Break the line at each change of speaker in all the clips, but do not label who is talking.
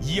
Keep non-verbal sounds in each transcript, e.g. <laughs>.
以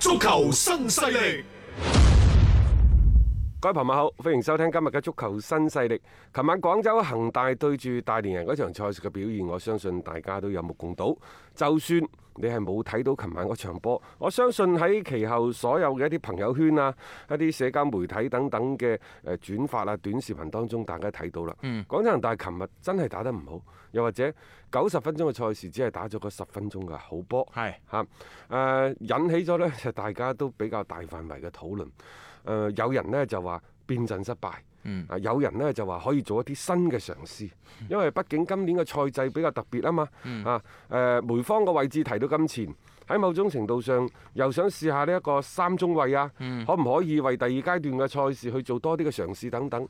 足球新勢力，
各位朋友好，歡迎收聽今日嘅足球新勢力。琴晚廣州恒大對住大連人嗰場賽事嘅表現，我相信大家都有目共睹。就算你係冇睇到琴晚嗰場波，我相信喺其後所有嘅一啲朋友圈啊、一啲社交媒體等等嘅誒轉發啊、短視頻當中，大家睇到啦。廣州恒大琴日真係打得唔好，又或者九十分鐘嘅賽事只係打咗個十分鐘嘅好波。
係
嚇誒、引起咗呢，就大家都比較大範圍嘅討論。誒、呃有人呢就話變陣失敗，
嗯
啊有人呢就話可以做一啲新嘅嘗試，因為畢竟今年嘅賽制比較特別啊嘛。啊誒、梅芳個位置提到咁前。喺某種程度上，又想試下呢一個三中衞啊，可唔可以為第二階段嘅賽事去做多啲嘅嘗試等等？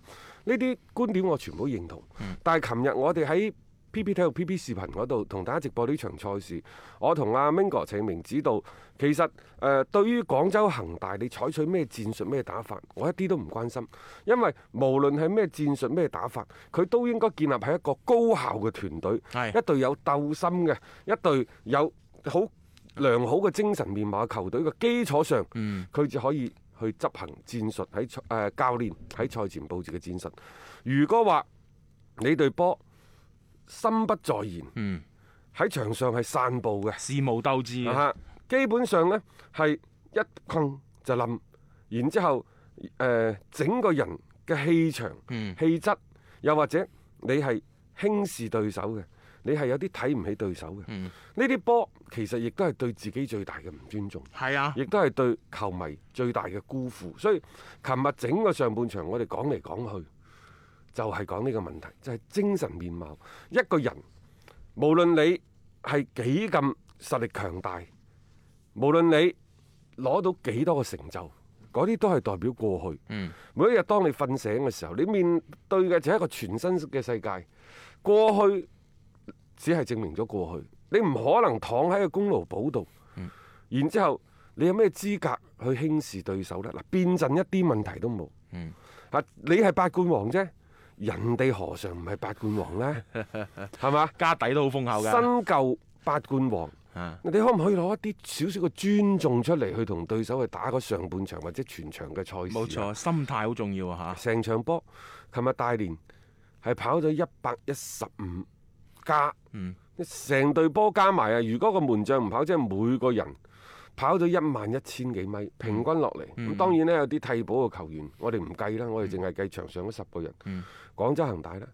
呢啲觀點我全部都認同。但係琴日我哋喺 PP 體育 PP 視頻嗰度同大家直播呢場賽事，我同阿 Mingo 陳明指導，其實誒、呃、對於廣州恒大你採取咩戰術咩打法，我一啲都唔關心，因為無論係咩戰術咩打法，佢都應該建立喺一個高效嘅團隊，
係
一隊有鬥心嘅，一隊有好良好嘅精神面貌嘅球隊嘅基礎上，佢就可以去執行戰術喺賽誒教練喺賽前佈置嘅戰術。如果話你隊波，心不在焉，
嗯，
喺場上係散步嘅，
事無鬥志嘅，
啊基本上呢係一困就冧，然之後誒、呃整個人嘅氣場、
嗯
氣質，又或者你係輕視對手嘅，你係有啲睇唔起對手嘅，
嗯
呢啲波其實亦都係對自己最大嘅唔尊重。
係啊，
亦都係對球迷最大嘅辜負。所以琴日整個上半場，我哋講嚟講去，就係講呢個問題，就係、精神面貌。一個人無論你係幾咁實力強大，無論你攞到幾多個成就，嗰啲都係代表過去。
嗯
每一日當你瞓醒嘅時候，你面對嘅就係一個全新嘅世界。過去只係證明咗過去，你唔可能躺喺個功勞簿度。
嗯
然之後你有咩資格去輕視對手呢？嗱，變陣一啲問題都冇。
嗯
啊，你係八冠王啫，人哋何嘗唔係八冠
<laughs>
王呢？係嘛？
家底都好豐厚嘅，
新舊八冠王。
啊
你可唔可以攞一啲少少嘅尊重出嚟，去同對手去打個上半場或者全場嘅賽事啊？
冇錯，心態好重要啊
成場波，琴日大連係跑咗一百一十五加，
嗯
成隊波加埋啊！如果個門將唔跑，即係每個人跑咗一萬一千幾米，平均落嚟。咁、
嗯
當然呢，有啲替補嘅球員，我哋唔計啦，我哋淨係計場上嗰十個人。
嗯
廣州恒大呢，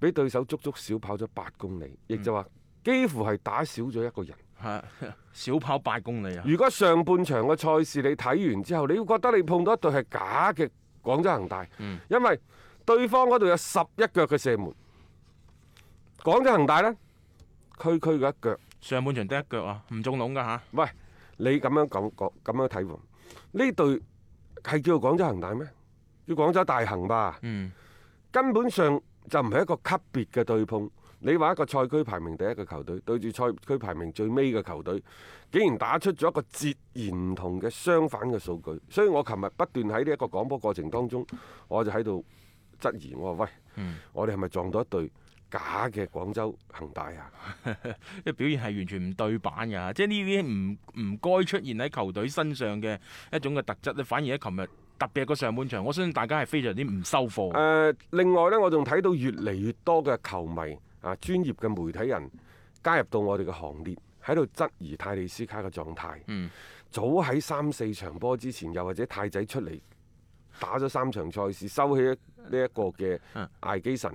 俾對手足足少跑咗八公里，亦就話幾乎係打少咗一個人。
嚇，係小跑八公里啊，
如果上半場嘅賽事你睇完之後，你會覺得你碰到一隊係假嘅廣州恒大，
嗯
因為對方嗰度有十一腳嘅射門，廣州恒大呢，區區嘅一腳。
上半場得一腳啊，唔中籠㗎嚇，
喂，你咁樣講講咁樣睇喎，呢隊係叫做廣州恒大咩？叫廣州大恒吧？
嗯
根本上就唔係一個級別嘅對碰。你話一個賽區排名第一嘅球隊對住賽區排名最尾嘅球隊，竟然打出咗一個截然唔同嘅相反嘅數據，所以我琴日不斷喺呢一個廣播過程當中，我就喺度質疑我話：喂
嗯，
我哋係咪撞到一隊假嘅廣州恒大啊？
即係表現係完全唔對版㗎，即係呢啲唔唔該出現喺球隊身上嘅一種嘅特質咧，反而喺琴日特別係個上半場，我相信大家係非常之唔收貨
誒、。另外呢，我仲睇到越嚟越多嘅球迷啊，專業嘅媒體人加入到我哋嘅行列，喺度質疑泰利斯卡嘅狀態。
嗯
早喺三四場波之前，又或者泰仔出嚟打咗三場賽事，收起呢一個嘅艾基神。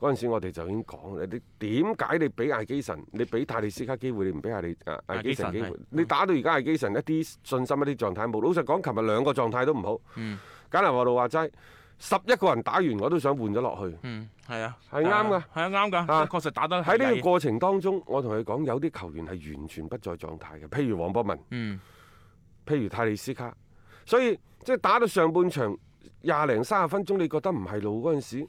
嗰陣時我哋就已經講啦，你點解你俾艾基神，你俾泰利斯卡機會，你唔俾艾利啊艾基神
艾基
機
神
會
係？
你打到而家艾基神一啲信心一啲狀態冇。老實講，琴日兩個狀態都唔好。簡南華路話齋，十一個人打完我都想換咗落去。
嗯，係啊，
係啱㗎
係啊，啱㗎，
啊
確實打得
喺呢
曳
個過程當中，我同佢講有啲球員係完全不在狀態嘅，譬如黃博文，
嗯
譬如泰利斯卡，所以即係打到上半場廿零三十分鐘，你覺得唔係路嗰陣時，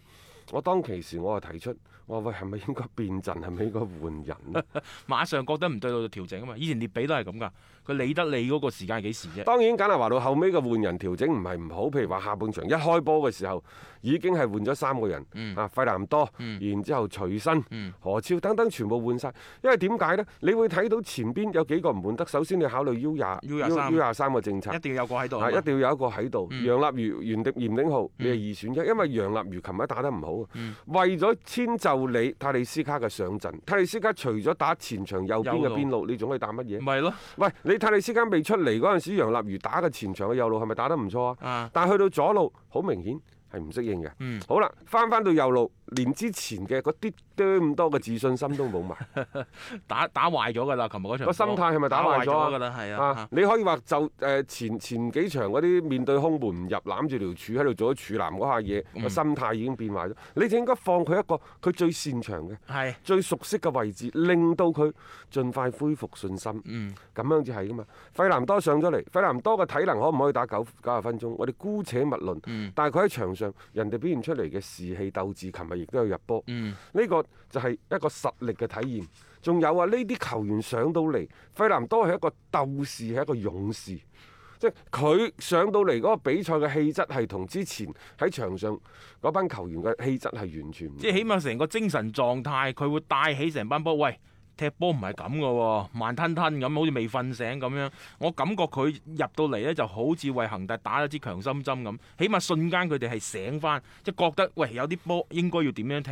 我當其時我就提出，我話喂係咪應該變陣，係咪應該換人 <laughs> 呢？
馬上覺得唔對路就調整啊嘛。以前列比都係咁㗎，佢理得你嗰個時間係幾時啫？
當然，簡拿華到後尾嘅換人調整唔係唔好，譬如話下半場一開波嘅時候已經係換咗三個人，啊費南多，然之後徐新、何超等等全部換晒。因為點解呢？你會睇到前邊有幾個唔換得，首先你考慮 U 廿
U23
U 廿三嘅政策
一。定要有個喺度啊嗯
啊！
嘛。
一定要有一個喺度，楊立瑜、袁迪、嚴鼎浩，你係二選一，因為楊立瑜琴日打得唔好啊。
嗯
為咗遷就你泰利斯卡嘅上陣，泰利斯卡除咗打前場右邊
右
嘅
路嗯
邊路，你仲可以打乜嘢？
咪咯，
喂，你泰利斯卡未出嚟嗰陣時，楊立瑜打嘅前場嘅右路係咪打得唔錯啊？
啊
但係去到左路，好明顯係唔適應嘅。
嗯
好啦，翻翻到右路，連之前嘅嗰啲哚咁多嘅自信心都冇埋，
打打壞咗㗎啦，琴日嗰場
個心態係咪打壞咗啊
㗎啦？係
啊
啊，！
你可以話就誒、呃前前幾場嗰啲面對空門唔入，攬住條柱喺度做咗柱男嗰下嘢，個、心態已經變壞咗。你就應該放佢一個佢最擅長嘅。
係
最熟悉嘅位置，令到佢盡快恢復信心。
嗯，
咁樣至係噶嘛。費南多上咗嚟，費南多嘅體能可唔可以打九九十分鐘？我哋姑且勿論。但係佢喺場上，人哋表現出嚟嘅士氣鬥志，琴日亦都有入波。呢、個就係一個實力嘅體現。仲有啊，呢啲球員上到嚟，費南多係一個鬥士，係一個勇士。即係佢上到嚟嗰個比賽嘅氣質係同之前喺場上嗰班球員嘅氣質係完全唔同
即係起碼成個精神狀態，佢會帶起成班波。喂，踢波唔係咁㗎喎，慢吞吞咁，好似未瞓醒咁樣。我感覺佢入到嚟呢，就好似為恒大打咗支強心針咁，起碼瞬間佢哋係醒翻，即係覺得喂有啲波應該要點樣踢。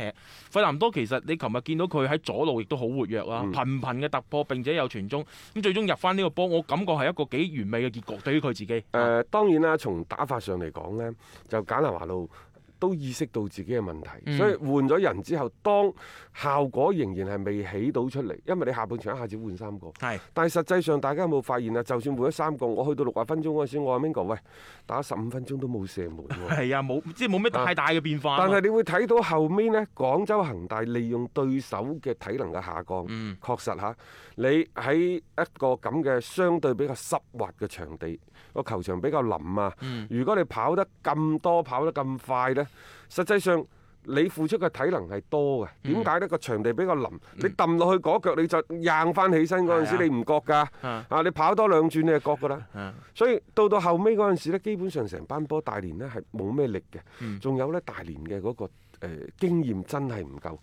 費南多其實你琴日見到佢喺左路亦都好活躍
嗯
啊，頻頻嘅突破並且有傳中，咁最終入翻呢個波，我感覺係一個幾完美嘅結局對於佢自己。
誒、呃當然啦，從打法上嚟講呢，就簡南華路都意識到自己嘅問題，所以換咗人之後，當效果仍然係未起到出嚟，因為你下半場一下子換三個。
係
但係實際上，大家有冇發現啊？就算換咗三個，我去到六十分鐘嗰陣時，我話 Mingo 喂，打十五分鐘都冇射門喎。
係啊，冇即係冇咩太大嘅變化啊嘛。
但係你會睇到後面呢，廣州恒大利用對手嘅體能嘅下降，
嗯
確實嚇，你喺一個咁嘅相對比較濕滑嘅場地，個球場比較冧啊。
嗯
如果你跑得咁多、跑得咁快呢，實際上。你付出嘅體能係多嘅，
嗯
點解呢？個場地比較冧，你揼落去嗰腳你就硬翻起身嗰陣
係啊
時，你唔覺㗎。
啊
啊，你跑多兩轉你就覺㗎啦。
啊
所以到到後尾嗰陣時咧，基本上成班波大連呢係冇咩力
嗯
嘅，仲、有呢大連嘅嗰、個誒、呃、經驗真係唔夠，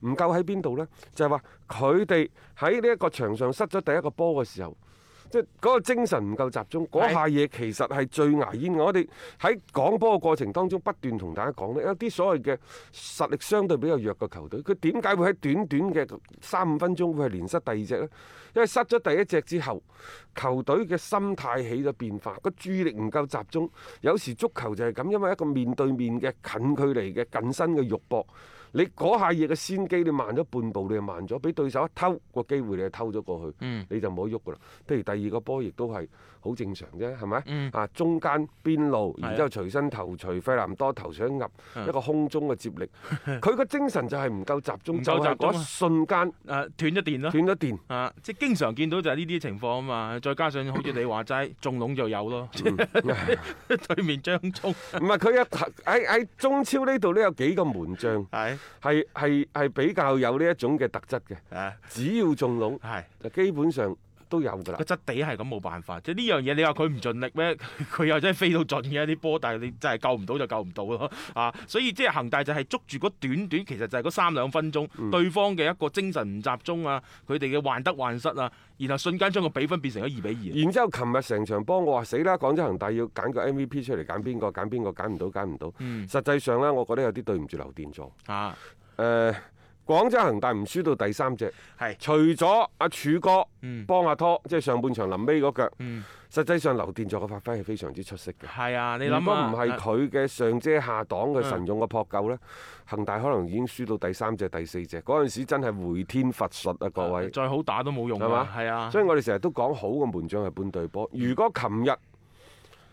唔、夠喺邊度呢？就係話佢哋喺呢一個場上失咗第一個波嘅時候。即係嗰個精神唔夠集中，嗰下嘢其實係最牙煙嘅。我哋喺講波嘅過程當中不斷同大家講呢，有啲所謂嘅實力相對比較弱嘅球隊，佢點解會喺短短嘅三五分鐘會係連失第二隻呢？因為失咗第一隻之後，球隊嘅心態起咗變化，個注意力唔夠集中。有時足球就係咁，因為一個面對面嘅近距離嘅近身嘅肉搏，你嗰下嘢嘅先機，你慢咗半步，你就慢咗，俾對手一偷個機會，你就偷咗過去，你就冇得喐噶啦。譬如第二個波，亦都係好正常啫，係咪？啊，中間邊路，然之後隨身頭錘，費南多頭想入一個空中嘅接 <laughs> 力，佢個精神就係唔夠集中，
唔
就
夠
係
集中啊
嗰一瞬 <laughs> 間
誒、斷咗電咯。
斷咗電。
啊！即係經常見到就係呢啲情況啊嘛，再加上好似你話齋，中籠就有咯，
嗯 <laughs>
<laughs> 對面張聰
唔係佢一喺喺中超呢度呢，有幾個門將
係
係係係比較有呢一種嘅特質嘅，
啊
只要中籠
係
就基本上都有㗎啦
個。質地係咁冇辦法，即係呢樣嘢你話佢唔盡力咩？ <laughs> 佢又真係飛到盡嘅啲波，但係你真係救唔到就救唔到咯啊！所以即係恒大就係捉住嗰短短，其實就係嗰三兩分鐘，
嗯
對方嘅一個精神唔集中啊，佢哋嘅患得患失啊，然後瞬間將個比分變成咗二比二。
然之後，琴日成場波我話死啦，廣州恒大要揀個 MVP 出嚟，揀邊個？揀邊個？揀唔到，揀唔到。
嗯
實際上呢，我覺得有啲對唔住劉殿座。誒、
啊，
廣州恒大唔輸到第三隻，
係
除咗阿柱哥
嗯
幫阿拖，即係上半場臨尾嗰腳，
嗯
實際上劉殿座嘅發揮係非常之出色嘅。
係啊，你諗
如果
啊嗯
唔係佢嘅上遮下擋嘅神勇嘅撲救呢，恒大可能已經輸到第三隻、第四隻。嗰陣時真係回天乏術啊，各位。
再好打都冇用㗎
係嘛
係啊，
所以我哋成日都講好嘅門將係半隊波。如果琴日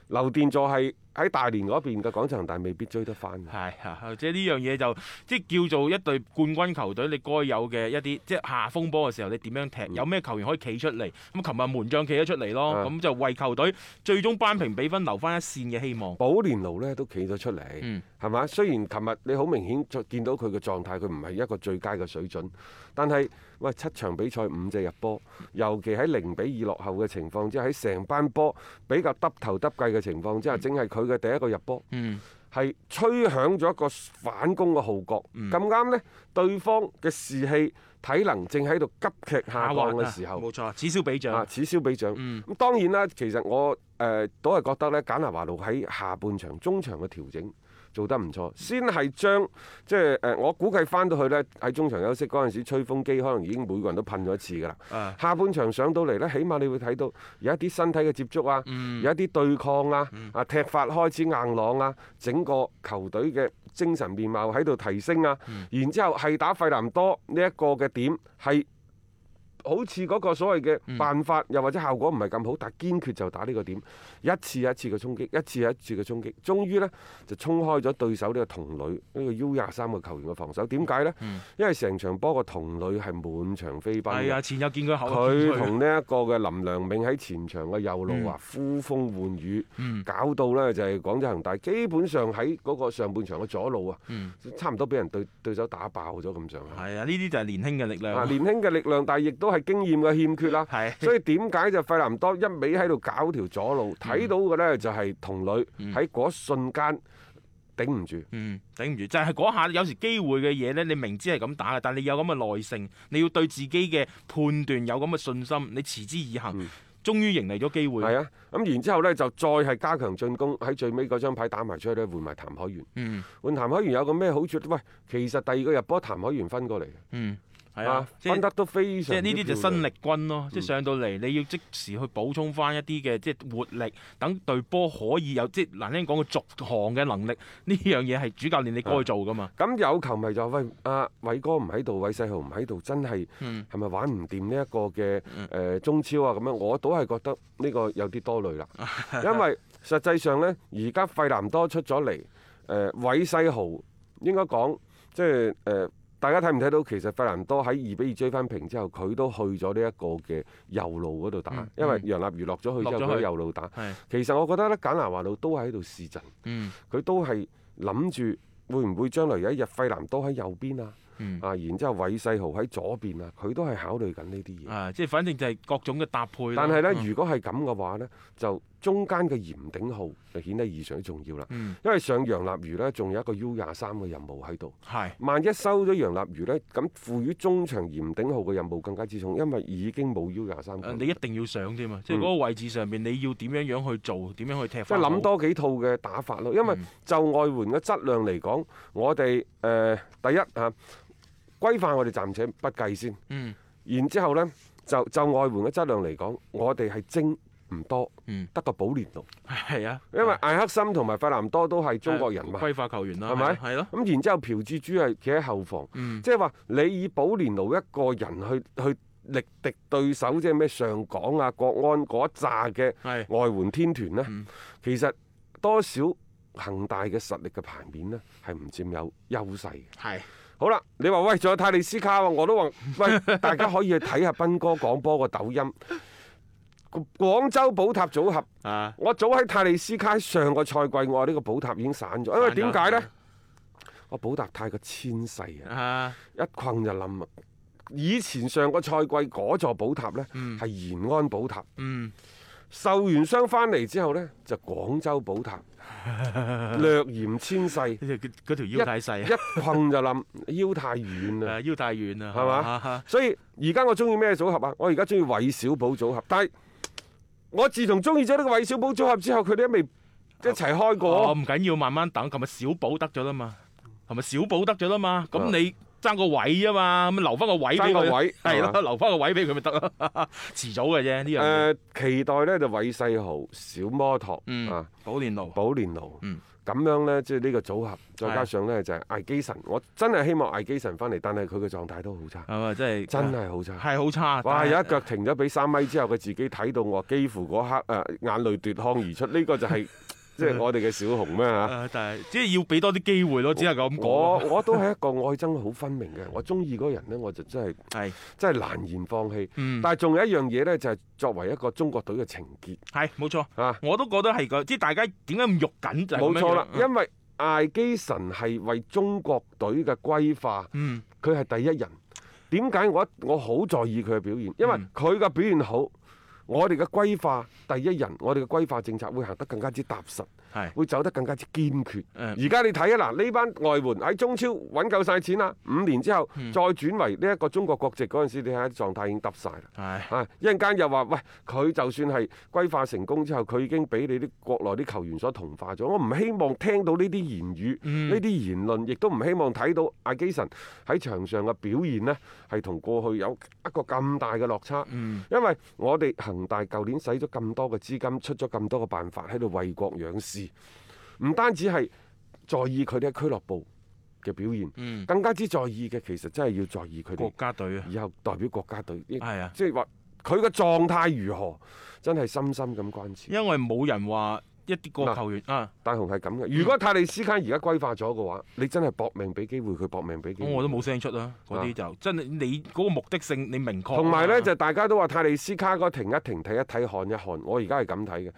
劉殿座係喺大連嗰邊嘅廣州恒大，未必追得翻嘅。
係啊，即係呢樣嘢就即係叫做一隊冠軍球隊，你該有嘅一啲即係下風波嘅時候，你點樣踢？有咩球員可以企出嚟？咁啊琴日門將企咗出嚟咯，
嗯啊
咁就為球隊最終扳平比分留翻一線嘅希望。
保連奴呢都企咗出嚟，
嗯
係嘛、雖然琴日你好明顯就見到佢嘅狀態，佢唔係一個最佳嘅水準，但係喂七場比賽五隻入波，尤其喺零比二落後嘅情況之下，喺成班波比較耷頭耷計嘅情況之下，正係佢嘅第一個入波。
嗯，
係吹響咗一個反攻嘅號角。
嗯
咁啱、呢，對方嘅士氣體能正喺度急劇下降嘅時
啊冇
候，
錯，此消彼長。
啊，此消彼長。咁、
嗯
當然啦，其實我誒、呃都係覺得呢，簡拿華路喺下半場、中場嘅調整。做得唔錯，先係將即係誒，我估計翻到去呢，喺中場休息嗰陣時，吹風機可能已經每個人都噴咗一次㗎啦。
啊
下半場上到嚟呢，起碼你會睇到有一啲身體嘅接觸啊，
嗯
有一啲對抗啊，啊踢法開始硬朗啊，整個球隊嘅精神面貌喺度提升啊。
嗯
然之後係打費南多呢一個嘅點係。好似嗰個所謂
嗯
嘅辦法，又或者效果唔係咁好，但堅決就打呢個點，一次一次嘅衝擊，一次一次嘅衝擊，終於呢就衝開咗對手呢個同類呢、個 U 廿三個球員嘅防守。點解呢？因為成場波個同類係滿場飛奔嘅。
嗯係啊，前日見佢後日見
佢同呢一個嘅林良銘喺前場嘅右路啊，
嗯
呼風喚雨，搞到呢就係廣州恒大基本上喺嗰個上半場嘅左路啊，差唔多俾人對對手打爆咗咁上下。
嗯係啊，呢啲就係年輕嘅力
啊，
量。
年輕嘅力量，但係亦都係經驗嘅欠缺啦。
係 <laughs>
所以點解就費南多一味喺度搞條左路，
嗯
睇到嘅呢就係同類喺嗰瞬間頂唔住。
嗯，頂唔住，就係嗰下有時機會嘅嘢呢，你明知係咁打嘅，但你有咁嘅耐性，你要對自己嘅判斷有咁嘅信心，你持之以恒，終於迎嚟咗機會。
係啊，咁然之後呢，就再係加強進攻，喺最尾嗰張牌打埋出去呢，換埋譚海源。
嗯
換譚海源有個咩好處？喂，其實第二個入波譚海源分過嚟，
嗯，係
啊
啊，即
分
係
得都非
即係
常
呢啲嗯就
漂亮
新力軍咯，即係上到嚟你要即時去補充翻一啲嘅即係活力，等隊波可以有即係難聽講個續航嘅能力，呢樣嘢係主教練你該做噶嘛。
咁有球迷就話喂，阿、偉哥唔喺度，韋世豪唔喺度，真係
嗯
係咪玩唔掂呢一個嘅誒、呃中超啊？咁樣我都係覺得呢個有啲
<laughs>
多慮啦，因為實際上呢，而家費南多出咗嚟，誒、韋世豪應該講即係誒。呃大家睇唔睇到？其實費南多喺二比二追翻平之後，佢都去咗呢一個嘅右路嗰度打，
嗯
因為楊立瑜落咗去之後，
落咗
佢
去
喺右路打。
係，
其實我覺得咧，簡拿華路都喺度試陣，
嗯
佢都係諗住會唔會將來有一日費南多喺右邊啊，
嗯。
啊，然之後韋世豪喺左邊啊，佢都係考慮緊呢啲嘢。
啊，即係反正就係各種嘅搭配咯。
但係呢，
嗯
如果係咁嘅話呢，就中間嘅嚴鼎浩就顯得異常之重要啦。
嗯
因為上楊立瑜呢，仲有一個 U 廿三嘅任務喺度。
係
萬一收咗楊立瑜呢，咁賦予中場嚴鼎浩嘅任務更加之重，因為已經冇 U 廿三。
誒你一定要上添啊！即係嗰個位置上面，你要點樣樣去做，點樣去踢
嗯即
法
係
好？嗯
諗多幾套嘅打法咯。因為就外援嘅質量嚟講，我哋誒、呃第一嚇、啊、規範我哋暫且不計先。
嗯 <laughs>
然之後呢，就就外援嘅質量嚟講，我哋係精唔多，
嗯
得個保連奴。
係啊，
因為艾克森同埋費南多都係中國人嘛，
規劃球員啦，
係咪？
啊係咯，
咁然之後朴志洙係企喺後防，
嗯
即係話你以保連奴一個人去去力敵對手，即係咩上港啊、國安嗰一紮嘅。
係
外援天團呢，
嗯
其實多少恒大嘅實力嘅牌面呢，係唔佔有優勢嘅。
係
好啦，你話喂，仲有泰利斯卡喎，我都話 <laughs> 喂，大家可以去睇下斌哥講波個抖音。廣州寶塔組合，
啊，
我早喺泰利斯卡上個賽季，我話呢個寶塔已經散咗，因為點解呢？我寶塔太過纖細啊，
啊，
一困就冧啊！以前上個賽季嗰座寶塔呢，係延安寶塔。
嗯，
受完傷翻嚟之後呢，就廣州寶
<laughs>
塔略嫌纖細，
呢條 <laughs> 嗰條腰太細啊，
一困就冧，腰太軟啦，
誒腰太軟啊，
係嘛
啊？？
所以而家我中意咩組合啊？我而家中意韋小寶組合，但係我自從中意咗呢個韋小寶組合之後，佢哋都未一齊開
哦，
過。
唔緊要，慢慢等。琴日小寶得咗啦嘛，琴日小寶得咗啦嘛，咁
啊
你爭個位啫嘛，咁留翻個位俾
爭
佢，
個位
<laughs> 係
係嘛
咯，留翻個位俾佢咪得咯， <laughs> 遲早嘅啫呢樣
誒、
嘢。
期待呢就韋世豪、小摩托、
嗯
啊，
保連奴，
保連奴。
嗯
咁樣呢，即係呢個組合，再
係啊
加上呢，就係艾基神，我真係希望艾基神翻嚟，但係佢嘅狀態都好差，
係咪真係
真係好差。
啊係好差。
哇！
但係
有一腳停咗俾三米之後，佢自己睇到我，幾乎嗰刻誒、眼淚奪眶而出。呢、個就係、
<laughs>
即係我哋嘅小紅咩嚇？
誒但係即係要俾多啲機會咯，只係咁
啊我
講。啊
我都係一個愛憎好分明嘅，我中意嗰個人呢，我就真係
係
真係難言放棄。
嗯
但係仲有一樣嘢呢，就係、作為一個中國隊嘅情結
係冇錯，
啊。
我都覺得係個，即係大家點解咁肉緊就係
冇
咁樣
錯啦，
樣嗯
因為艾基神係為中國隊嘅歸化，
嗯
佢係第一人。點解我一我好在意佢嘅表現？因為
嗯
佢嘅表現好，我哋嘅歸化第一人，我哋嘅歸化政策會行得更加之踏實，
嗯係
會走得更加之堅決。
誒
而家你睇啊，嗱呢班外援喺中超揾夠晒錢啦，五年之後
嗯
再轉為呢一個中國國籍嗰陣時，你睇下狀態已經揼晒啦。
係
啊！一陣間又話喂，佢就算係歸化成功之後，佢已經俾你啲國內啲球員所同化咗。我唔希望聽到呢啲言語、
嗯
呢啲、言論，亦都唔希望睇到阿基神喺場上嘅表現呢，係同過去有一個咁大嘅落差。
嗯
因為我哋恒大舊年使咗咁多嘅資金，出咗咁多嘅辦法喺度為國養士，唔單止係在意佢哋喺俱樂部嘅表現，
嗯
更加之在意嘅其實真係要在意佢
國
哋
家隊啊，
以後代表國家隊。
係啊，
即係話佢嘅狀態如何，真係深深咁關切。
因為冇人話一啲個
嗱
球員啊，
大雄係咁嘅，如果泰利斯卡而家歸化咗嘅話，你真係搏命俾機會佢，搏命俾機
咁
會。
我都冇聲出啦。嗰啲就真係你嗰個目的性你明確啊嘛。
啊同埋呢，就大家都話泰利斯卡嗰個停一停、睇一睇、看一看，我而家係咁睇嘅。誒、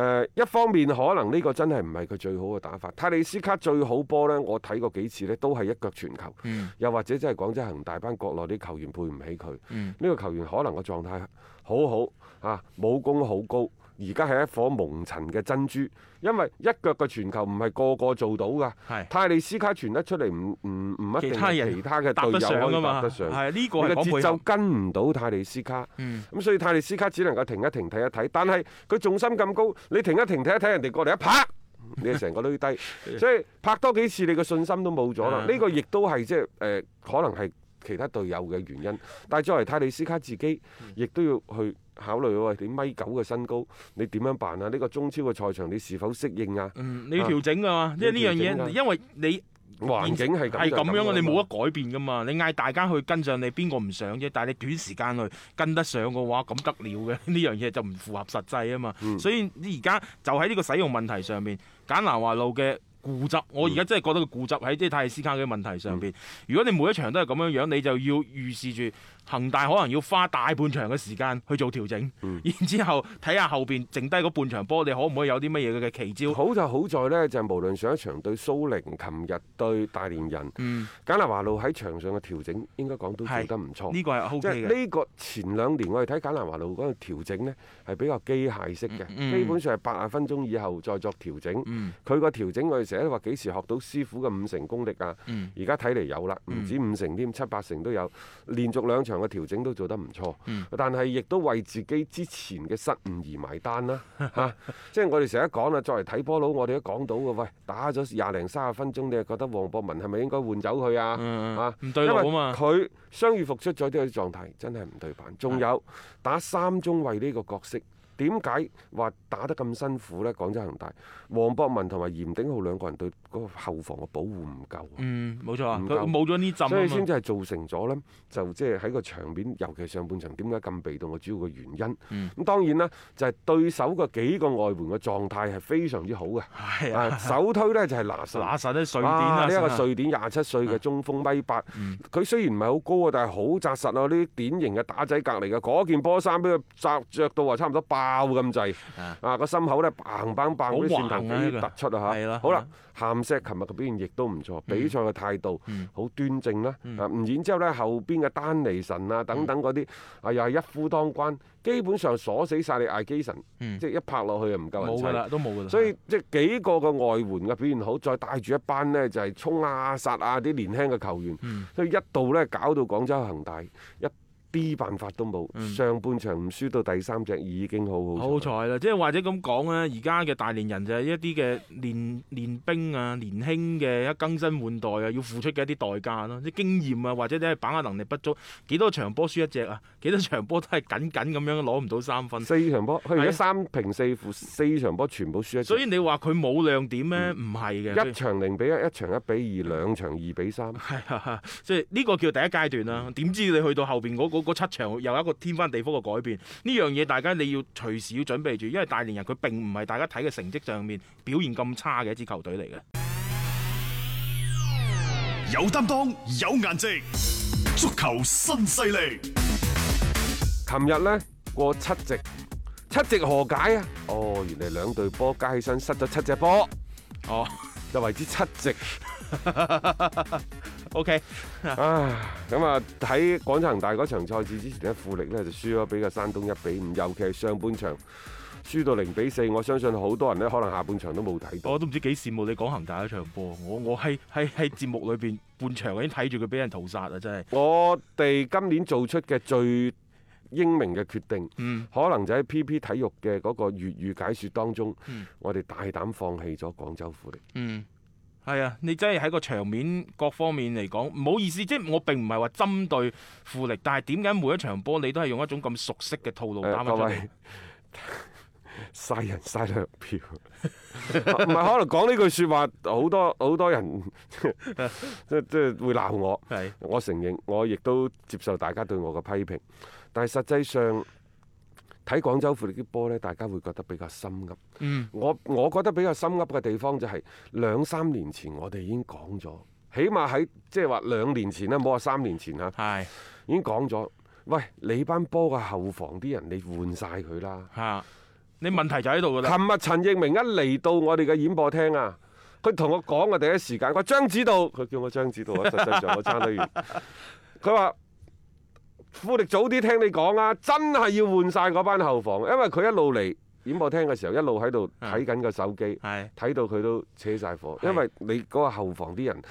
嗯
一方面可能呢個真係唔係佢最好嘅打法。泰利斯卡最好波呢，我睇過幾次呢，都係一腳傳球，
嗯
又或者真係廣州恒大班國內啲球員配唔起佢。呢、
嗯
個球員可能個狀態好好啊，武功好高。而家係一顆蒙塵嘅珍珠，因為一腳嘅傳球唔係個個做到㗎。
係
泰利斯卡傳得出嚟，唔唔唔一
其
定係
他人
其他嘅
搭
隊
得
友
上
可
啊
以搭
嘛，
得上。
係呢個係
你個
講
節
配
奏
合。
跟唔到泰利斯卡，
嗯
咁所以泰利斯卡只能夠停一停睇一睇，但係佢重心咁高，你停一停睇一睇，人哋過嚟一拍。
<laughs>
你就成個堆低，所以拍多幾次你個信心都冇咗啦。
嗯
呢個亦都係即係誒，可能係其他隊友嘅原因。但係作為泰利斯卡自己，
嗯
亦都要去考慮喂，你米九嘅身高，你點樣辦啊？呢個中超嘅賽場你是否適應啊？
嗯，你要調整啊嘛，因為呢樣
要調整啊
嘢，因為你
環境係咁
係咁樣
樣啊
嘅，你冇
得。
得改變噶嘛。你嗌大家去跟上你，邊個唔上啫？但係你短時間內跟得上嘅話，咁得了嘅 <laughs> 呢樣嘢就唔符合實際啊嘛。
嗯
所以你而家就喺呢個使用問題上面，簡南華路嘅。固執，
嗯
我而家真係覺得個固執喺即係泰利斯卡嘅問題上邊。如果你每一場都係咁樣樣，你就要預示住恒大可能要花大半場嘅時間去做調整，
嗯
然之後睇下後邊剩低嗰半場波，你可唔可以有啲乜嘢嘅奇招？
好就好在呢，就係無論上一場對蘇寧，琴日對大連人，
嗯，
簡拿華路喺場上嘅調整應該講都做得唔錯。
呢個係 O
即
K
係
嘅。
呢個前兩年我哋睇簡拿華路嗰個調整呢，係比較機械式嘅，
嗯
基本上係八十分鐘以後再作調整。
嗯
佢個調整我哋成日都話幾時學到師傅嘅五成功力啊？
嗯
而家睇嚟有啦，唔止五成添，七八成都有。連續兩場嘅調整都做得唔錯，
嗯
但係亦都為自己之前嘅失誤而埋
<laughs>
單啦。嚇、即係我哋成日講啦，作為睇波佬，我哋都講到嘅，喂，打咗廿零三十分鐘，你係覺得黃博文係咪應該換走佢啊？
嗯嗯
啊
唔對路啊嘛
因為佢傷愈復出咗呢個狀態，真係唔對版。
啊
仲有打三中衞呢個角色。點解話打得咁辛苦呢？廣州恒大，黃博文同埋嚴鼎浩兩個人對嗰個後防嘅保護唔夠啊。
嗯，冇錯啊，
唔
佢
夠
冇咗呢浸
所
啊
以先
嘛。
至係造成咗呢，就即係喺個場面，尤其上半場點解咁被動嘅啊主要嘅原因。咁、
嗯
當然啦，就係、對手嘅幾個外援嘅狀態係非常之好嘅。
係啊，
啊，首推呢就係拿
<laughs>
神。
嗱實咧瑞典
啊！
啊，
呢一
實
個
啊嗯
瑞典廿七歲嘅中鋒米八，佢雖然唔係好高啊，但係好扎實啊！呢啲典型嘅打仔隔離嘅，嗰件波衫俾佢扎着到啊，差唔多爆咁滯
啊
啊！個心口呢，砰砰砰嗰啲線
好橫啊
頭幾
呢個
突出啊
係
嚇！
啦
好
係
啦
啦，
鹹石琴日嘅表現亦都唔錯，比賽嘅態度
嗯
好端正啦。啊，唔然之後呢，後邊嘅丹尼神啊等等嗰啲啊，又係一夫當關，基本上鎖死晒你艾基神，
嗯
即係一拍落去啊唔夠人
冇㗎
砌。
啦，都冇㗎啦。
所以即係幾個嘅外援嘅表現好，再帶住一班呢就係衝啊殺啊啲年輕嘅球員，
嗯
所以一度呢搞到廣州恒大一啲辦法都冇。上半場唔輸到第三隻已經好好
嗯好
彩。
彩啦，即係或者咁講咧，而家嘅大連人就係一啲嘅練練兵啊、年輕嘅一更新換代啊，要付出嘅一啲代價咯，即係經驗啊，或者你係把握能力不足，幾多場波輸一隻啊，幾多場波都係緊緊咁樣攞唔到三分。
四場波，佢而
係啊
家三平四負，四場波全部輸一場
所以你話佢冇亮點咧，唔係嘅
一。場零比一，一場一比
嗯
二，兩場二比三。
係啊， <laughs> 即係呢個叫第一階段
嗯
啦。點知你去到後邊嗰嗰嗰七場又有一個天翻地覆嘅改變。呢樣嘢大家你要隨時要準備住，因為大連人佢並唔係大家睇嘅成績上面表現咁差嘅一支球隊嚟嘅。
有擔當，有顏值，足球新勢力。
琴日呢，過七席，七席何解啊？哦，原嚟兩隊波加起身失咗七隻波，
哦
就為之七席。
<laughs> ，OK，
啊，咁啊喺廣州恒大嗰場賽事之前呢，富力呢就輸咗俾個山東一比五，尤其係上半場輸到零比四，我相信好多人呢可能下半場都冇睇到。
我都唔知幾羨慕你講恒大嗰場波。我我喺喺喺節目裏邊半場已經睇住佢俾人屠殺啊！真係。
我哋今年做出嘅最英明嘅決定，可能就喺 PP 體育嘅嗰個粵語解説當中，我哋大膽放棄咗廣州富力。
嗯，係啊，你真係喺個場面各方面嚟講，唔好意思，即係我並唔係話針對富力，但係點解每一場波你都係用一種咁熟悉嘅套路
誒
打翻
呃各
出嚟
位？ <laughs> 嘥人嘥糧票， <laughs> 唔係可能講呢句説話，好多好多人 <laughs> 即即係會鬧我。
係
我承認，我亦都接受大家對我嘅批評，但係實際上睇廣州富力啲波呢，大家會覺得比較心噏。
嗯
我我覺得比較心噏嘅地方就係、兩三年前我哋已經講咗，起碼喺即係話兩年前啦，冇話三年前嚇，
係
已經講咗。喂，你班波嘅後防啲人，你換晒佢啦。
嚇，你問題就喺度㗎啦。
琴日陳奕明一嚟到我哋嘅演播廳啊，佢同我講嘅第一時間，佢話張指導，佢叫我張指導啊，實際上我撐得完。佢話富力早啲聽你講啊，真係要換晒嗰班後防，因為佢一路嚟演播廳嘅時候，一路喺度睇緊個手機，
係
睇到佢都扯晒火，
係
因為你嗰個後防啲人。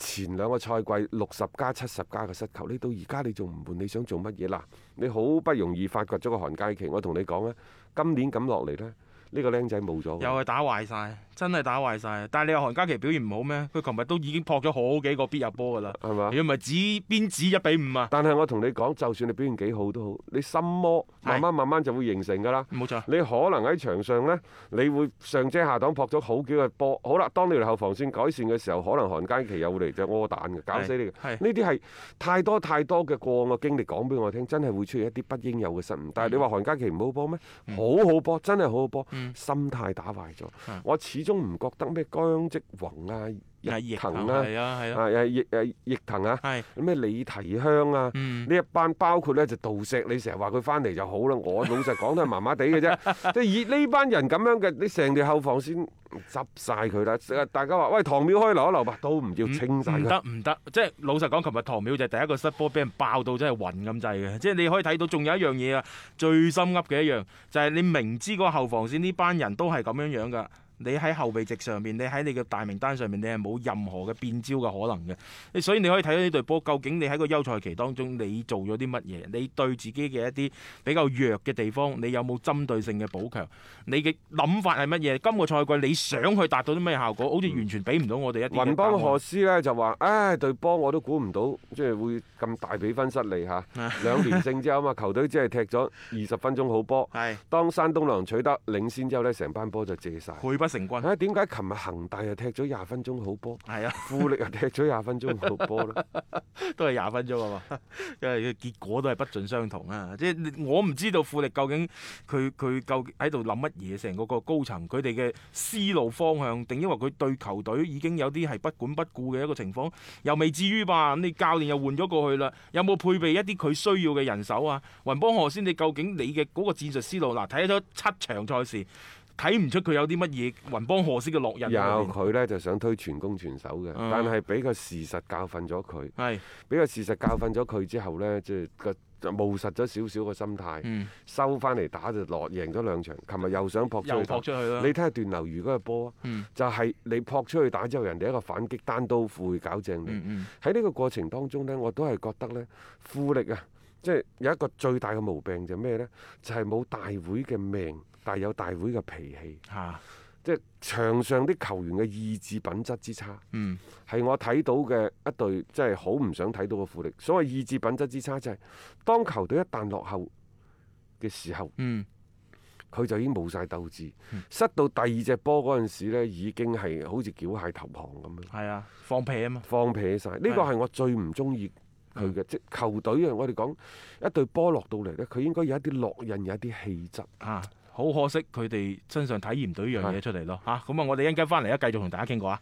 前兩個賽季六十加七十加嘅失球，你到而家你仲唔換？你想做乜嘢啦？你好不容易發掘咗個寒假期，我同你講咧，啊今年咁落嚟呢，呢、個僆仔冇咗㗎。
又係打壞晒，真係打壞晒。但係你話韓嘉琪表現唔好咩？佢琴日都已經撲咗好幾個必入波㗎啦。
係嘛
你咪指邊指一比五啊？
但係我同你講，就算你表現幾好都好，你心魔
係
慢慢慢慢就會形成㗎啦。
冇錯。
你可能喺場上呢，你會上遮下擋撲咗好幾個波。好啦，當你條後防線改善嘅時候，可能韓佳琪又嚟隻窩蛋嘅，搞死你嘅。
係係
呢啲係太多太多嘅過往嘅經歷講俾我聽，真係會出現一啲不應有嘅失誤。
嗯
但係你話韓佳琪唔好波咩？好好波，真係好好波，心態打壞咗。我始終唔覺得咩姜積宏啊、
嗯係
易
逆
騰
行
啊、
係啊係啊
啊啊易誒易騰啊。
係嗯
咩李提香啊，呢、一班包括呢就杜石，你成日話佢翻嚟就好啦，我老實講都係麻麻地
<laughs>
嘅啫。即係以呢班人咁樣嘅，你成條後防先執晒佢
嗯
啦。大家話喂，唐淼可以留一留吧，啊都唔要清晒
唔
佢。嗯
得唔得，即係老實講，琴日唐淼就係第一個失波，俾人爆到真係暈咁滯嘅。即係你可以睇到，仲有一樣嘢啊，最心噏嘅一樣就係、你明知個後防線呢班人都係咁樣樣噶。你喺後備席上面，你喺你嘅大名單上面，你係冇任何嘅變招嘅可能嘅。所以你可以睇到呢隊波，究竟你喺個休賽期當中，你做咗啲乜嘢？你對自己嘅一啲比較弱嘅地方，你有冇針對性嘅補強？你嘅諗法係乜嘢？今個賽季你想去達到啲咩效果？好似完全俾唔到我哋一啲嘅答案。
嗯雲邦何斯呢就話：，唉，對波我都估唔到，即係會咁大比分失
<laughs>
利嚇。兩連勝之後啊嘛，球隊只係踢咗二十分鐘好
<laughs>
波。
係
當山東狼取得領先之後呢，成班波就借晒。
配不成軍。
唉，點解琴日恒大又踢咗廿分鐘好波？
係
<laughs>
啊，
富力又踢咗廿分鐘好波咧？
都係廿分鐘啊嘛， <laughs> 因為結果都係不盡相同啊！即係我唔知道富力究竟佢佢究竟喺度諗乜嘢，成個個高層佢哋嘅思路方向，定因為佢對球隊已經有啲係不管不顧嘅一個情況，又未至於吧？咁你教練又換咗過去啦，有冇配備一啲佢需要嘅人手啊？雲邦河先，你究竟你嘅嗰個戰術思路嗱，睇咗七場賽事。睇唔出佢有啲乜嘢雲邦河先嘅落印
有
喺裏邊
佢呢就想推全攻全守嘅，
嗯
但係俾個事實教訓咗佢，
係
俾個事實教訓咗佢之後呢，即係個就務實咗少少個心態，
嗯
收翻嚟打就落贏咗兩場。琴日又想撲
又
出
撲
去打
出，去啦
你。睇下段流魚嗰個波啊，
嗯
就係你撲出去打之後，人哋一個反擊單刀會搞正你。
嗯嗯
喺呢個過程當中呢，我都係覺得呢，富力啊即係有一個最大嘅毛病就係咩呢？就係、冇大會嘅命，但係有大會嘅脾氣。
嚇，
即係場上啲球員嘅意志品質之差，
嗯，
係我睇到嘅一隊，即係好唔想睇到嘅富力。所謂意志品質之差，就係、當球隊一旦落後嘅時候，
嗯，
佢就已經冇晒鬥志，失到第二隻波嗰陣時呢，已經係好似繳械投降咁樣，
係啊，放屁啊嘛，
放屁晒。呢個係我最唔中意。佢嘅即係球隊啊！我哋講一隊波落到嚟呢，佢應該有一啲烙印，有一啲氣質。
嚇，好可惜佢哋身上體驗唔到呢樣嘢出嚟咯，嚇，咁啊，我哋一陣間翻嚟咧，繼續同大家傾過啊。